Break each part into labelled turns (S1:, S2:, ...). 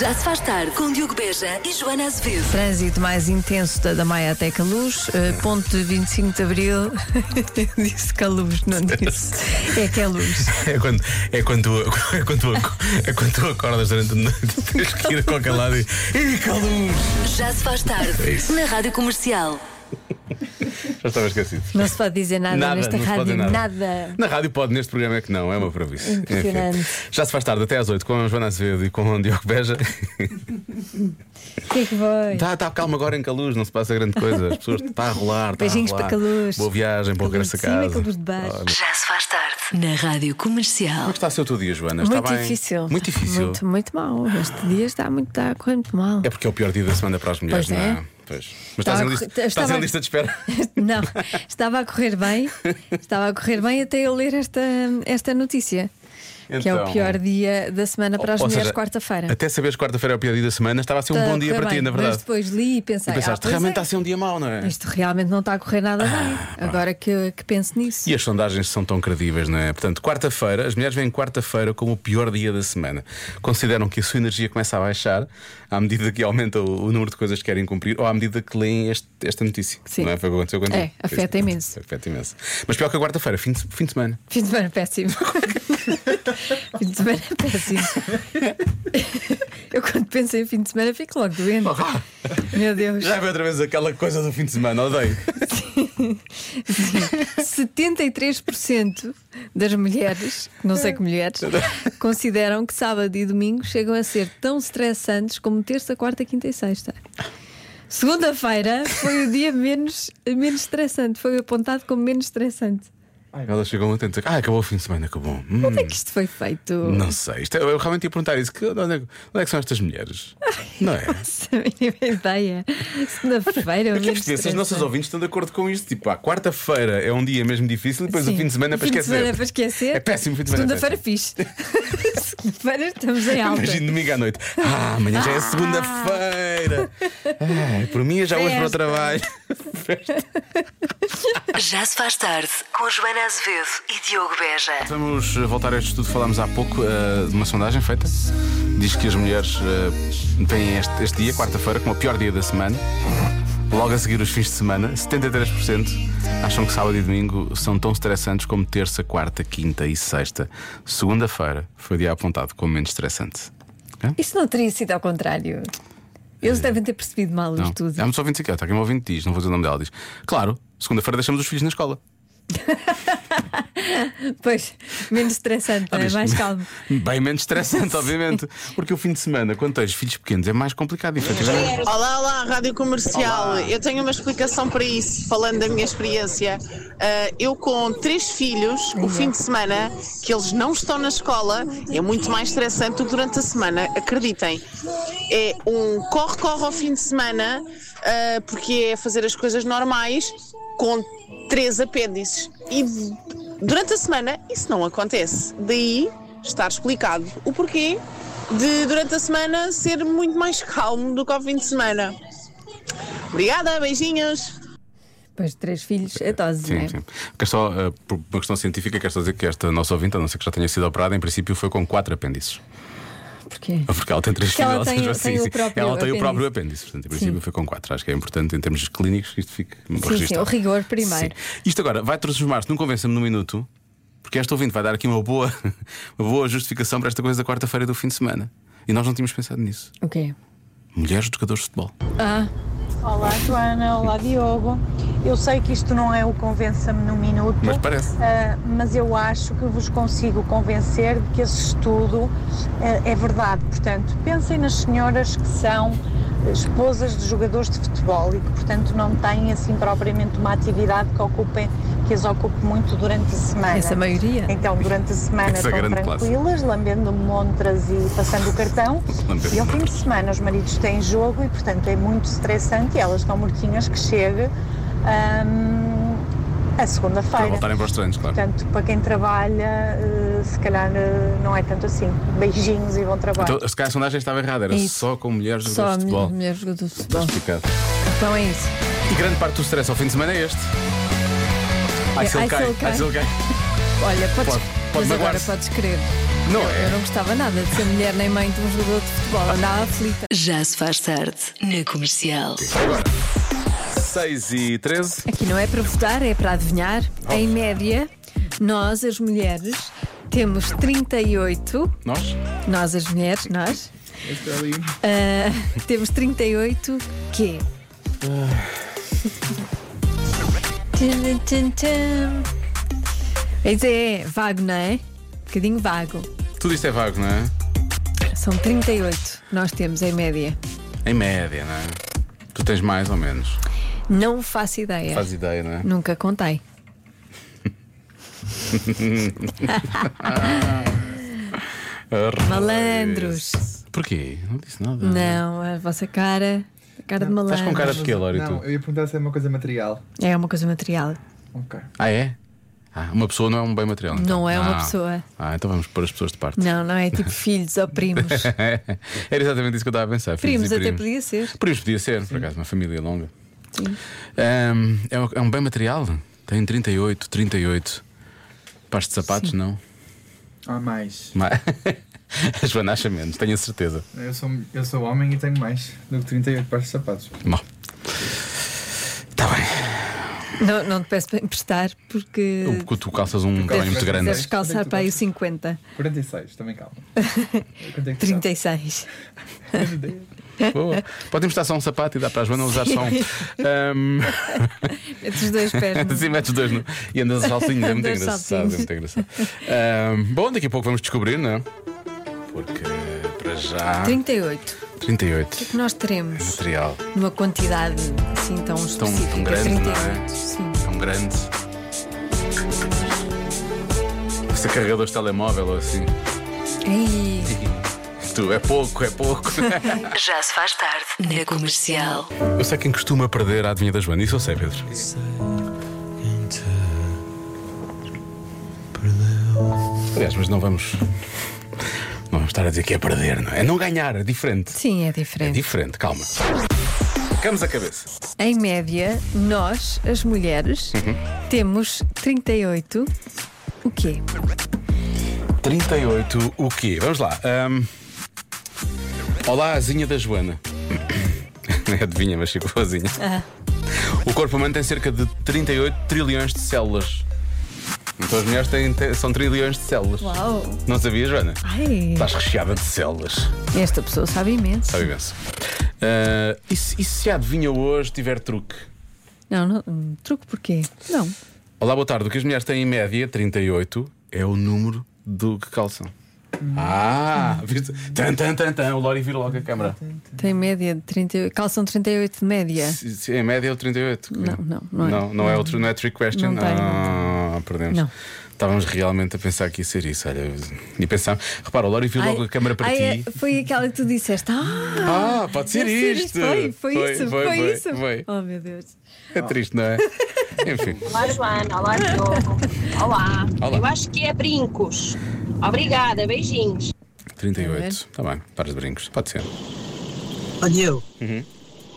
S1: Já se faz tarde com Diogo Beja e Joana Azevedo.
S2: Trânsito mais intenso da Damaia até Caluz, eh, ponto de 25 de Abril. disse Caluz, não disse. É Caluz.
S3: É quando, é, quando tu, é, quando tu, é quando tu acordas durante a noite, tens que ir a qualquer lado e. Ih, caluz!
S1: Já se faz tarde na Rádio Comercial.
S3: Já estava esquecido.
S2: Não se pode dizer nada, nesta
S3: não se pode
S2: rádio,
S3: dizer
S2: nada.
S3: Na rádio pode, neste programa é que não, é uma previsão.
S2: Impressionante.
S3: Já se faz tarde até às 8 com a Joana Azevedo e com o Diogo Beja.
S2: O que é que vai?
S3: Tá, tá, calma agora em Caluz, não se passa grande coisa. As pessoas está a rolar. Tá
S2: Beijinhos
S3: a rolar.
S2: para Caluz.
S3: Boa viagem, bom
S2: Caluz de
S3: regresso a
S2: cima e
S3: casa.
S2: Caluz de baixo.
S3: Olha.
S1: Já se faz tarde na Rádio
S3: Como
S1: Comercial.
S3: é está a ser o teu dia, Joana?
S2: Muito
S3: está tá bem?
S2: difícil.
S3: Muito difícil.
S2: Muito, muito mal. Este dia está muito, está a correr muito mal.
S3: É porque é o pior dia da semana para as mulheres,
S2: Pois
S3: não
S2: é.
S3: é? Pois. Mas estás,
S2: Estava
S3: em
S2: a
S3: lista,
S2: correr-
S3: estás
S2: estava-
S3: em lista de espera.
S2: Não, estava a correr bem, estava a correr bem até eu ler esta, esta notícia. que é o
S3: Então.
S2: pior dia da semana para as
S3: Ou
S2: mulheres,
S3: seja,
S2: quarta-feira.
S3: Até saberes que quarta-feira é o pior dia da semana, estava a ser um
S2: Está a
S3: bom dia
S2: correr
S3: para ti,
S2: bem,
S3: na verdade.
S2: Mas depois li e pensei.
S3: E pensaste,
S2: ah, pois
S3: realmente
S2: é.
S3: está a ser um dia mau, não é? Ah,
S2: Isto realmente não está a correr nada bem. Agora que, que penso nisso.
S3: E as sondagens são tão credíveis, não é? Portanto, quarta-feira, as mulheres veem quarta-feira como o pior dia da semana. Consideram que a sua energia começa a baixar à medida que aumenta o, o número de coisas que querem cumprir ou à medida que leem este- esta notícia.
S2: Sim.
S3: Não é? Foi o que aconteceu contigo.
S2: É, afeta
S3: Foi isso.
S2: imenso.
S3: Afeta imenso. Mas pior que a quarta-feira, fim de, fim de semana.
S2: Fim de semana péssimo. fim de semana péssimo. Eu quando penso em fim de semana fico logo doente. Meu Deus.
S3: Já veio outra vez aquela coisa do fim de semana, odeio.
S2: 73% das mulheres, não sei que mulheres, consideram que sábado e domingo chegam a ser tão estressantes como terça, quarta, quinta e sexta. Segunda-feira foi o dia menos, menos estressante, foi apontado como menos estressante.
S3: Ai, Elas chegam ontem e dizem, ah, acabou o fim de semana, acabou. Hum.
S2: Como é que isto foi feito?
S3: Não sei, Isto é- eu realmente ia perguntar isso. Que, onde, é, que- onde é que são estas mulheres? Não é?
S2: faço a mínima ideia. Segunda-feira,
S3: Eu
S2: eu
S3: quero perceber se as nossas
S2: ouvintes.
S3: ouvintes estão de acordo com isto. Tipo, a quarta-feira é um dia mesmo difícil e depois o fim de semana é para
S2: fim
S3: esquecer.
S2: De semana para esquecer.
S3: É péssimo o fim de semana. é
S2: Segunda-feira fixe. Segunda-feira estamos em
S3: péssimo.
S2: alta.
S3: Imagino domingo à noite. Ah, amanhã já é segunda-feira. Ai, por mim, eu já hoje para o
S2: Festa.
S3: trabalho.
S1: Já se faz tarde com Joana Azevedo e Diogo Beja.
S3: Vamos eh, voltar a este estudo que falámos há pouco eh, de uma sondagem feita. Diz que as mulheres eh, têm este, este dia, quarta-feira, como o pior dia da semana. Logo a seguir os fins de semana, 73% acham que sábado e domingo são tão estressantes como terça, quarta, quinta e sexta. Segunda-feira foi o dia apontado como menos estressante.
S2: Isso não teria sido ao contrário. Eles devem ter percebido mal o
S3: É. Não.
S2: estudo.
S3: Há muitos ouvintes aqui, ó, está aqui um ouvinte diz, não vou dizer o nome dela, diz. Claro, segunda-feira deixamos os filhos na escola.
S2: Pois, menos estressante, não é?
S3: Talvez-
S2: mais calmo.
S3: Bem menos estressante, obviamente. Porque o fim de semana, quando tens filhos pequenos, é mais complicado, efetivamente.
S4: Olá, olá, Rádio Comercial. Eu tenho uma explicação para isso, falando da minha experiência. Ah, eu, com três filhos, o fim de semana, que eles não estão na escola, é muito mais estressante do que durante a semana, acreditem. É um corre-corre ao fim de semana, ah, porque é fazer as coisas normais, com três apêndices. E durante a semana, isso não acontece. Daí estar explicado o porquê de durante a semana ser muito mais calmo do que ao fim de semana. Obrigada, beijinhos!
S2: Pois, três filhos, é dose, não
S3: Sim,
S2: é?
S3: sim. Quer só, eh, por uma questão científica, quero só dizer que esta nossa ouvinte, a não ser que já tenha sido operada, em princípio foi com quatro apêndices.
S2: Porquê?
S3: Porque ela tem três
S2: Porque
S3: filhos,
S2: ela
S3: ou
S2: tem-
S3: seja,
S2: tem
S3: sim,
S2: o
S3: sim.
S2: próprio
S3: ela tem o
S2: apêndice.
S3: próprio apêndice. Portanto, em princípio foi com quatro. Acho que é importante em termos clínicos que isto fique
S2: sim,
S3: registado.
S2: o rigor primeiro.
S3: Sim. Isto agora vai transformar-se num convença-me no minuto, porque esta ouvinte vai dar aqui uma boa, uma boa justificação para esta coisa da quarta-feira do fim de semana. E nós não tínhamos pensado nisso.
S2: O quê?
S3: Mulheres jogadores de futebol.
S2: Ah,
S5: Olá Joana, olá Diogo. Eu sei que isto não é o convença-me num minuto,
S3: Mas parece.
S5: ah, mas eu acho que vos consigo convencer de que esse estudo ah, é verdade. Portanto, pensem nas senhoras que são esposas de jogadores de futebol e que, portanto, não têm assim propriamente uma atividade que, ocupem, que as ocupe muito durante a semana.
S2: essa maioria.
S5: Então, durante a semana
S3: Essa é
S5: estão
S3: grande classe.
S5: tranquilas, lambendo montras e passando o cartão.
S3: Lambendo
S5: e ao fim
S3: montras.
S5: de semana os maridos têm jogo e, portanto, é muito estressante e elas estão mortinhas que chegue hum, a
S3: Para
S5: segunda-feira.
S3: voltarem para os treinos, claro.
S5: Portanto, para quem trabalha, eh, se calhar eh, não é tanto assim. Beijinhos e bom trabalho.
S3: Então, se calhar a sondagem estava errada, era
S2: Isso.
S3: só com mulheres
S2: Só
S3: jogadores
S2: a
S3: de futebol.
S2: mulher jogador de futebol.
S3: Explicado.
S2: Então é isso.
S3: E grande parte do stress ao fim de semana é este. Ai,
S2: É,
S3: se ele
S2: ai, se
S3: cai,
S2: ele cai.
S3: ai, se ele cai.
S2: Olha, podes,
S3: Pode- pode
S2: mas agora
S3: magoar-se.
S2: podes querer.
S3: Não é?
S2: Eu não gostava nada de ser mulher nem mãe de um jogador de futebol, andava aflita.
S1: Já se faz tarde na comercial.
S3: 6 e 13.
S2: Aqui não é para votar, é para adivinhar. Em média, nós, as mulheres, temos 38.
S3: Nós?
S2: Nós, as mulheres, nós. ah, temos 38 quê?
S3: Ah.
S2: Tum, tum, tum. Pois é, vago, não é? Um bocadinho vago.
S3: Tudo isto é vago, não é?
S2: São 38 nós temos em média.
S3: Em média, não é? Tu tens mais ou menos.
S2: Não faço ideia.
S3: Faz ideia, não é?
S2: Nunca contei. Malandros.
S3: Porquê? Não disse nada.
S2: Não, a vossa cara. A cara de malandro.
S3: Estás com cara de quê, Lori?
S6: Não,
S3: Tu?
S6: eu ia perguntar se é uma coisa material.
S2: É uma coisa material.
S6: Ok.
S3: Ah, é? Ah, uma pessoa não é um bem material. então.
S2: Não é uma
S3: Ah.
S2: pessoa.
S3: Ah, então vamos pôr as pessoas de parte.
S2: Não, não é tipo filhos ou primos.
S3: Era exatamente isso que eu estava a pensar. filhos
S2: Primos
S3: e
S2: até podia ser.
S3: Primos podia ser, Então, por acaso, uma família longa.
S2: Sim.
S3: Ahm, é, um, é um bem material? Tem 38, 38. Pares de sapatos, não?
S6: Há mais.
S3: Mas... A Joana acha menos, tenho a certeza.
S6: Eu sou, eu sou homem e tenho mais do que 38 pares de sapatos.
S3: Bom. Está bem.
S2: Não, não te peço para emprestar porque.
S3: Eu- Porque tu calças um
S6: calço
S3: tamanho muito grande.
S2: Deves calçar para aí o 50,
S6: 46, também calma. Quanto é que
S2: 36.
S3: Boa. Pode emprestar só um sapato e dá para a Joana usar só um. Ahm,
S2: Entre os dois pés. não é?
S3: Assim metes os dois no... e andas saltinhos, é muito
S2: Andas
S3: engraçado. É
S2: saltinhos.
S3: muito engraçado. Ahm, bom, daqui a pouco vamos descobrir, não é? Porque para já.
S2: 38.
S3: 38.
S2: Que nós teremos
S3: Material
S2: numa quantidade assim tão
S3: tão
S2: específica.
S3: grande, não
S2: 38.
S3: é?
S2: Sim.
S3: tão grande. Esse carregador de telemóvel ou assim.
S2: Ei,
S3: Tu, é pouco, é pouco.
S1: Já se faz tarde na comercial.
S3: eu sei quem costuma perder a adivinha da Joana, isso eu sei, Pedro. Aliás, mas não vamos. Não vamos estar a dizer que é perder, não é? É não ganhar, é diferente.
S2: Sim, é
S3: É
S2: diferente.
S3: diferente, calma. Ficamos a cabeça.
S2: Em média, nós, as mulheres,
S3: Uhum.
S2: temos 38. O quê?
S3: 38, o quê? Vamos lá. Ahm, Olá, azinha da Joana. É Adivinha, mas ficou azinha. O corpo humano tem cerca de 38 trilhões de células. Então as mulheres têm, têm- são trilhões de células.
S2: Uau!
S3: Não sabia, Joana?
S2: Ai,
S3: Estás recheada de células.
S2: esta pessoa sabe imenso.
S3: Sabe imenso. Ah, e, se, e se a adivinha hoje tiver truque?
S2: Não, não, hum, truque porquê? Não.
S3: Olá, boa tarde. O que as mulheres têm em média, 38, é o número do que calçam. Ah, viste? Tan, tan, tan, tan. O Lori vira logo a câmara.
S2: Tem média de 38. Calção 38 de média.
S3: Se- se Em média é o 38.
S2: Não, não, não é.
S3: Não, não é outro, não é trick question.
S2: Não tem, não
S3: ah, perdemos.
S2: Não.
S3: Estávamos realmente a pensar que ia ser isso. Olha, e pensámos. Repara, o Lori viu logo
S2: Ai,
S3: a câmara para
S2: ai,
S3: ti.
S2: é, Foi aquela que tu disseste. Ah,
S3: Ah, pode ser
S2: deve ser
S3: isto.
S2: Foi, foi,
S3: Foi,
S2: isso,
S3: foi,
S2: foi,
S3: foi,
S2: isso.
S3: foi.
S2: Oh meu Deus.
S3: É triste, não é? Enfim.
S7: Olá, Joana. Olá, Diogo. Olá.
S3: Olá.
S7: Eu acho que é brincos. Obrigada, beijinhos.
S3: 38. Está Tá bem, para os brincos. Pode ser.
S8: Ó, Diogo,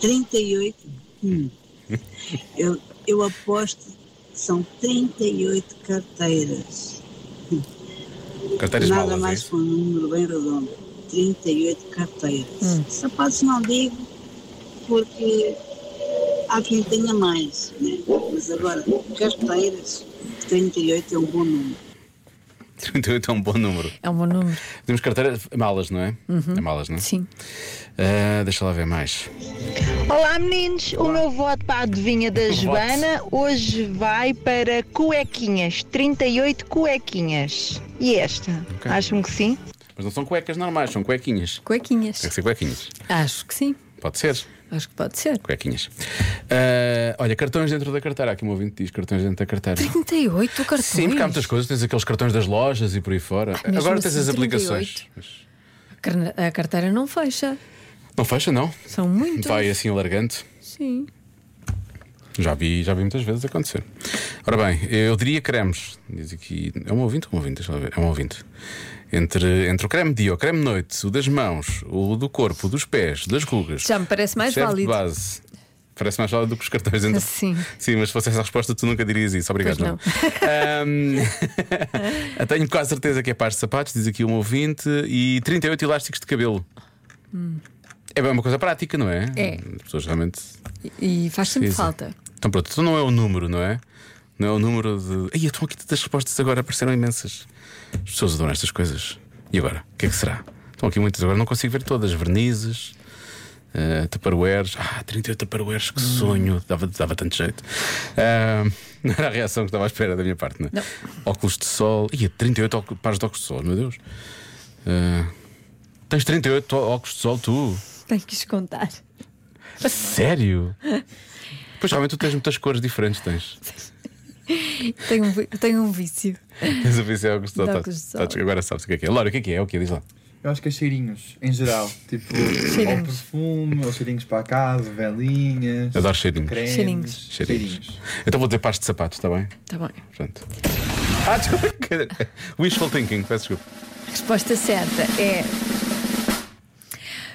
S8: 38. hum. Eu, eu aposto que são 38 carteiras.
S3: Carteiras
S8: Nada
S3: malas. é
S8: mais
S3: isso?
S8: que um número bem redondo. 38 carteiras. Sapatos não digo, porque há quem tenha mais, né? Mas agora, carteiras, 38 é um bom número.
S3: 38 é um bom número.
S2: É um bom número.
S3: Temos carteiras malas, não é? É malas, não é?
S2: Uhum. Sim.
S3: Ah, deixa lá ver mais.
S9: Olá meninos, o meu voto para a adivinha da Joana hoje vai para cuequinhas, 38 cuequinhas. E esta?
S3: Ok.
S9: Acham que sim?
S3: Mas não são cuecas normais, são cuequinhas.
S2: Cuequinhas.
S3: Tem que ser cuequinhas.
S2: Acho que sim.
S3: Pode ser.
S2: Acho que pode ser.
S3: Cuequinhas. Ah, olha, cartões dentro da carteira. Há Aqui um ouvinte diz cartões dentro da carteira.
S2: 38 cartões.
S3: Sim, porque há muitas coisas. Tens aqueles cartões das lojas e por aí fora.
S2: mesmo
S3: Agora tens
S2: assim,
S3: as aplicações.
S2: Carne- A carteira não fecha.
S3: Não fecha, não?
S2: São muitos.
S3: Vai assim alargante.
S2: Sim.
S3: Já vi, já vi muitas vezes acontecer. Ora bem, eu diria cremes. Diz aqui. É um ouvinte ou um ouvinte? Deixa lá ver. É um ouvinte. Entre, entre o creme de dia, o creme de noite, o das mãos, o do corpo, o dos pés, das rugas.
S2: Já me parece mais
S3: serve de
S2: válido.
S3: base. Parece mais sólida do que os cartões. Então.
S2: Sim.
S3: Sim, mas se fosse essa a resposta, tu nunca dirias isso. Obrigado,
S2: Pois não.
S3: João. Ahm, tenho quase certeza que é pares de sapatos, diz aqui um ouvinte, e 38 elásticos de cabelo. É bem uma coisa prática, não é?
S2: Hum. É.
S3: As pessoas realmente.
S2: E faz sempre
S3: precisam.
S2: falta.
S3: Então pronto, então não é o número, não é? Não é o número de. Ai, estão aqui tantas respostas agora, apareceram imensas. As pessoas adoram estas coisas. E agora? O que é que será? Estão aqui muitas, agora não consigo ver todas. Vernizes, uh, taparoeiros. Ah, 38 taparoeiros, que sonho! Dava, dava tanto jeito. Ah, não era a reação que estava à espera da minha parte, né?
S2: Não.
S3: Óculos de sol. Ia, 38 óculos- pares de óculos de sol, meu Deus. Ah, tens 38 ó- óculos de sol, tu?
S2: Tenho que os contar.
S3: A sério? Pois realmente tu tens muitas cores diferentes, tens.
S2: Tenho um, vi- tenho um vício.
S3: Tens a PC Augusto.
S2: Dá
S3: Tá,
S2: com os
S3: tá,
S2: olhos.
S3: agora sabes o que é que é. Laura, o que é que é? O que é? Diz lá.
S6: Eu acho que é cheirinhos, em geral. Tipo, ou perfume, ou cheirinhos para a casa, velinhas,
S3: Adoro cheirinhos.
S6: cremes.
S2: Cheirinhos.
S3: Cheirinhos. Então vou dizer pares de sapatos, está bem?
S2: Tá bem.
S3: Pronto. Ah, desculpa. quer dizer, Wishful thinking, peço desculpa.
S2: Resposta certa é.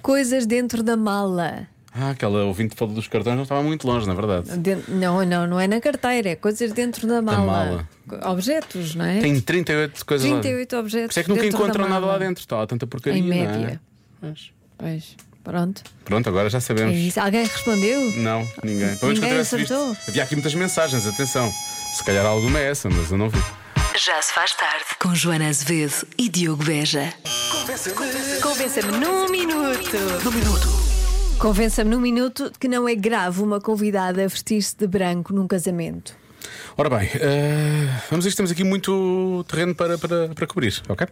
S2: Coisas dentro da mala.
S3: Ah, aquela ouvinte que falou dos cartões não estava muito longe, na verdade.
S2: Den- não, não, não é na carteira, é coisas dentro da mala.
S3: mala.
S2: Co- Objetos, não é?
S3: Tem 38 coisas lá.
S2: 38
S3: Por
S2: objetos.
S3: isso é que nunca
S2: dentro da
S3: encontram nada
S2: mala.
S3: lá dentro. Está lá tanta porcaria.
S2: Em
S3: não é?
S2: média.
S3: Mas,
S2: Pois, pronto.
S3: pronto, agora já
S2: É
S3: sabemos.
S2: isso. Alguém respondeu?
S3: Não, ninguém. Pelo menos que eu
S2: Ninguém
S3: tivesse visto.
S2: acertou?
S3: Havia aqui muitas mensagens, atenção. Se calhar alguma é essa, mas eu não vi.
S1: Já se faz tarde com Joana Azevedo e Diogo Beja.
S2: Convença-me num minuto. Num minuto. Convença-me num minuto que não é grave uma convidada a vestir-se de branco num casamento.
S3: Ora bem, eh, vamos a isto, temos aqui muito terreno para, para, para cobrir, ok?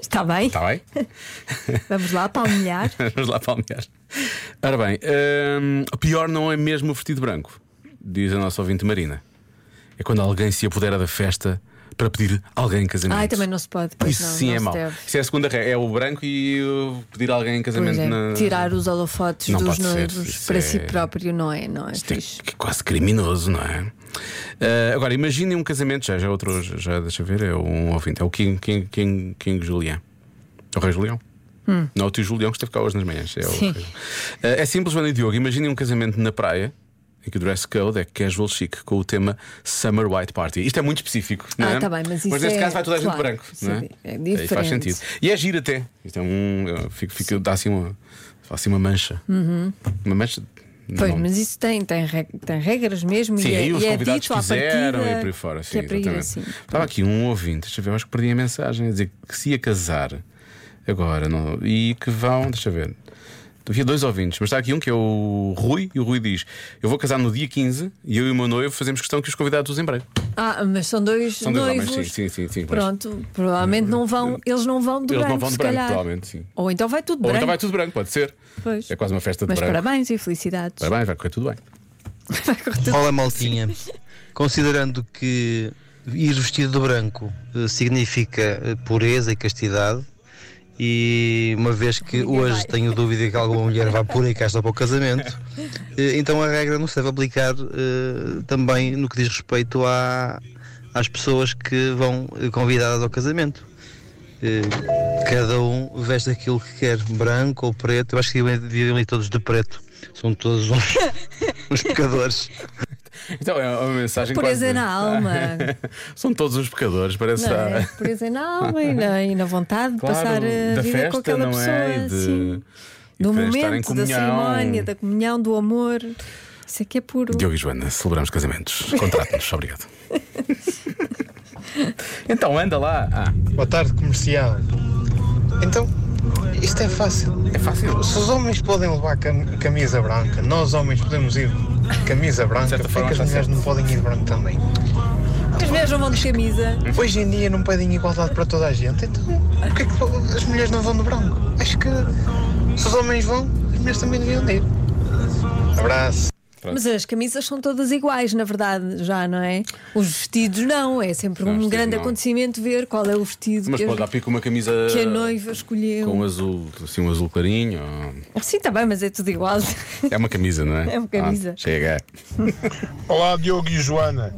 S2: Está bem?
S3: Está bem?
S2: Vamos lá, palmilhar.
S3: Vamos lá palmear. Ora bem, hum, o pior não é mesmo o vestido branco, diz a nossa ouvinte Marina. É quando alguém se apodera da festa para pedir alguém em casamento.
S2: Ai, também não se pode. pois
S3: Isso
S2: não,
S3: sim
S2: não
S3: é
S2: se
S3: mau.
S2: deve.
S3: Isso é a segunda regra, é o branco e o pedir alguém em
S2: Pois
S3: casamento.
S2: é,
S3: na-
S2: Tirar os holofotes
S3: Não
S2: dos
S3: pode ser,
S2: noivos
S3: isso
S2: para
S3: é-
S2: si próprio não é, não é
S3: Isto é
S2: fixe.
S3: que- quase criminoso, não é? Ah, agora, imaginem um casamento, já, já outro, já- já deixa eu ver, é um ouvinte, é o King, King, King, King Julián. É o Rei Julião. Não, é o tio Julião que esteve cá hoje nas manhãs. É, o
S2: Hum. Sim.
S3: Rei. Ah, é simples, Joana e Diogo. Imaginem um casamento na praia. Em que o dress code é casual chic com o tema Summer White Party. Isto é muito específico, não é?
S2: Ah, tá bem, mas isso
S3: neste
S2: é-
S3: caso vai toda a gente
S2: claro,
S3: branco,
S2: isso
S3: não
S2: é
S3: é?
S2: di- é
S3: Aí faz
S2: diferente.
S3: sentido. E é giro até. Isto é um. eu Fico, fico, dá assim uma, faz assim uma mancha. Uma mancha.
S2: Uhum. Pois,
S3: não-
S2: mas isso tem, tem, reg- tem regras mesmo
S3: Sim,
S2: e, é-
S3: aí os
S2: e é
S3: convidados
S2: dito à
S3: quiseram
S2: partida
S3: e por aí fora. Sim,
S2: que é para ir
S3: exatamente.
S2: assim.
S3: Estava aqui um ouvinte, deixa eu ver, eu acho que perdi a mensagem, a dizer que se ia casar agora não- e que vão, deixa eu ver. Havia dois ouvintes, mas está aqui um que é o Rui, e o Rui diz: Eu vou casar no dia 15 e eu e o meu noivo fazemos questão que os convidados usem branco.
S2: Ah, mas são dois
S3: São dois
S2: noivos.
S3: homens, sim, sim, sim, sim, pois.
S2: Pronto, provavelmente não vão, eles não vão de
S3: Eles
S2: branco,
S3: não vão de
S2: se
S3: branco,
S2: calhar.
S3: provavelmente, sim.
S2: Ou então vai tudo
S3: Ou
S2: branco.
S3: então vai tudo branco, pode ser.
S2: Pois.
S3: É quase uma festa de
S2: Mas
S3: branco.
S2: parabéns e felicidades.
S3: Parabéns, vai correr tudo bem.
S10: Olá, maltinha. Considerando que ir vestido de branco eh, significa eh, pureza e castidade, e uma vez que hoje tenho dúvida que alguma mulher vá pura e casta para o casamento, eh, então a regra não se deve aplicar eh, também no que diz respeito à- às pessoas que vão eh, convidadas ao casamento. Eh, Cada um veste aquilo que quer, branco ou preto. Eu acho que deviam ir todos de preto. São todos uns, uns pecadores.
S3: Então é uma mensagem
S2: Pureza
S3: quase-
S2: na alma.
S3: São todos os pecadores, parece.
S2: Não é? Pureza na alma e na, e na vontade de
S3: Claro,
S2: passar eh, a
S3: da
S2: vida
S3: festa,
S2: com aquela
S3: não
S2: pessoa.
S3: é? E de-
S2: sim.
S3: e
S2: Do
S3: poder estar em
S2: momento, da
S3: comunhão.
S2: cerimónia, da comunhão, do amor. Isso é que é puro.
S3: Diogo e Joana, celebramos casamentos. Contrate-nos, obrigado. então anda lá. Ah,
S11: Boa tarde, comercial. Então, isto é fácil.
S3: é fácil.
S11: Se os homens podem levar cam- camisa branca, nós homens podemos ir de camisa branca,
S3: certa
S11: porque
S3: forma
S11: é que as
S3: está
S11: mulheres não podem ir de branco também?
S2: As mulheres não vão de camisa.
S11: Hoje em dia não pedem igualdade para toda a gente, então porquê que as mulheres não vão de branco? Acho que se os homens vão, as mulheres também deviam de ir. Abraço.
S2: Mas as camisas são todas iguais, na verdade, já, não é? Os vestidos não, é sempre um
S3: vestidos
S2: grande
S3: não.
S2: acontecimento ver qual é o vestido
S3: Mas
S2: que,
S3: pode dar pico uma camisa
S2: que a noiva escolheu.
S3: com um azul, assim, um azul clarinho. ou-
S2: Sim, está bem, mas é tudo igual.
S3: É uma camisa, não é?
S2: É uma camisa.
S3: Ah, chega.
S12: Olá, Diogo e Joana.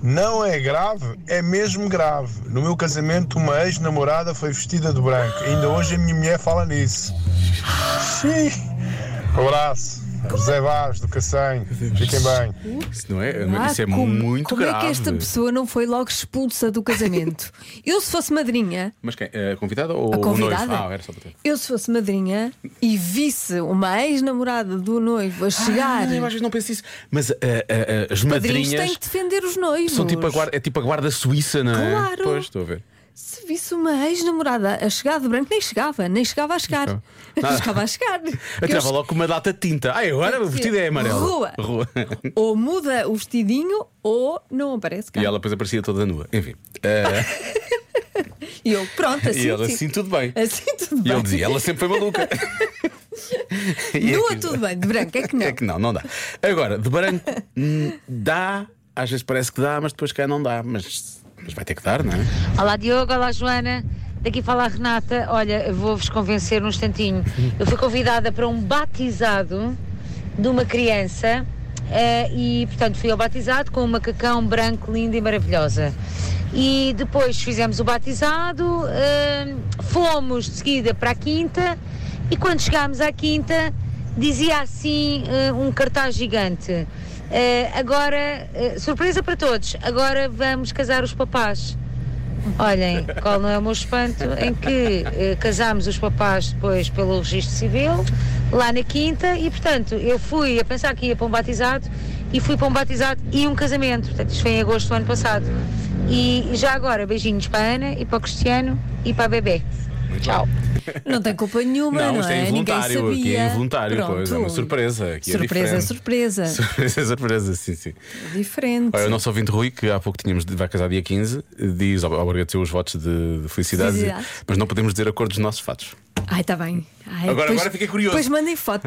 S12: Não é grave, é mesmo grave. No meu casamento, uma ex-namorada foi vestida de branco. Ainda hoje a minha mulher fala nisso. Sim. Abraço. José Vaz, do Cacém. Fiquem bem.
S3: Isso, não é,
S2: Ah,
S3: isso é
S2: como,
S3: muito
S2: como
S3: grave.
S2: é que esta pessoa não foi logo expulsa do casamento? eu, se fosse madrinha,
S3: Mas quem? Eh, A convidada ou
S2: A
S3: o
S2: convidada?
S3: noivo? Ah, era só para ter.
S2: eu, se fosse madrinha e visse uma ex-namorada do noivo a chegar.
S3: Ah, eu às vezes não penso isso. Mas ah, ah, ah,
S2: Padrinhos
S3: as madrinhas
S2: têm que defender os noivos.
S3: são tipo a guarda, é tipo a guarda suíça, não é?
S2: Claro.
S3: Pois, estou a ver.
S2: Se visse uma ex-namorada a chegar de branco, nem chegava, nem chegava a chegar.
S3: Não.
S2: Não
S3: Então, Nada.
S2: chegava a chegar.
S3: Atirava logo com uma data de tinta. Ah, agora o vestido é amarelo.
S2: Rua. Ou muda o vestidinho ou não aparece cá.
S3: E ela depois aparecia toda nua. Enfim. ah,
S2: E eu, pronto, assim.
S3: e ela
S2: sim.
S3: assim, tudo bem.
S2: Assim tudo
S3: E
S2: bem.
S3: ele dizia, ela sempre foi maluca. E é
S2: Nua
S3: que-
S2: tudo bem, de branco, é que não.
S3: É que não, não dá. Agora, de branco hum, dá, às vezes parece que dá, mas depois cá não dá. Mas, mas vai ter que dar, não é?
S13: Olá Diogo, olá Joana. Daqui fala a Renata. Olha, eu vou-vos convencer num instantinho. Eu fui convidada para um batizado de uma criança eh, e, portanto, fui ao batizado com um macacão branco lindo e maravilhosa. E depois fizemos o batizado, eh, fomos de seguida para a quinta e quando chegámos à quinta dizia assim eh, um cartaz gigante. eh, agora, eh, surpresa para todos, agora vamos casar os papás. Olhem, qual não é o meu espanto em que eh, casámos os papás depois pelo registro civil, lá na quinta, e portanto eu fui a pensar que ia para um batizado e fui para um batizado e um casamento. Portanto, isto foi em agosto do ano passado. E já agora, beijinhos para a Ana e para o Cristiano e para a Bebê. Tchau.
S2: Não tem culpa nenhuma, não,
S3: não, isto
S2: é?
S3: é
S2: Ninguém
S3: involuntário,
S2: sabia.
S3: aqui é involuntário,
S2: Pronto.
S3: pois, é uma surpresa. Aqui
S2: surpresa,
S3: é diferente.
S2: surpresa.
S3: Surpresa, é surpresa, sim, sim.
S2: Diferente.
S3: Olha, o nosso ouvinte Rui, que há pouco tínhamos, vai casar dia 15, diz, ob- agradeceu os votos de, de felicidade,
S2: Felicidade.
S3: mas não podemos dizer a cor dos nossos fatos.
S2: Ai, está bem. Ai,
S3: Agora-
S2: depois-
S3: agora fiquei curioso.
S2: Depois mandem foto.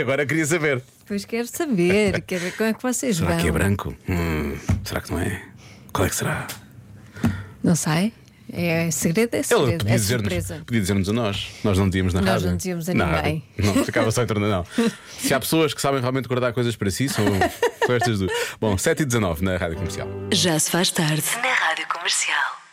S3: Agora queria saber.
S2: Depois quero saber. Quero ver como é que vocês
S3: Será
S2: vão.
S3: que é branco? Hum, será que não é? Qual é que será?
S2: Não sei. É segredo, é
S3: Ele
S2: segredo.
S3: podia
S2: É
S3: dizer-nos
S2: surpresa.
S3: podia dizer-nos a nós. Nós não dizíamos na
S2: Nós
S3: rádio.
S2: não dizíamos a
S3: Na
S2: ninguém.
S3: rádio. Não, ficava só em torno, não. Se há pessoas que sabem realmente guardar coisas para si, são, são estas duas. Bom, 7 e 19 na rádio comercial.
S1: Já se faz tarde na Rádio Comercial.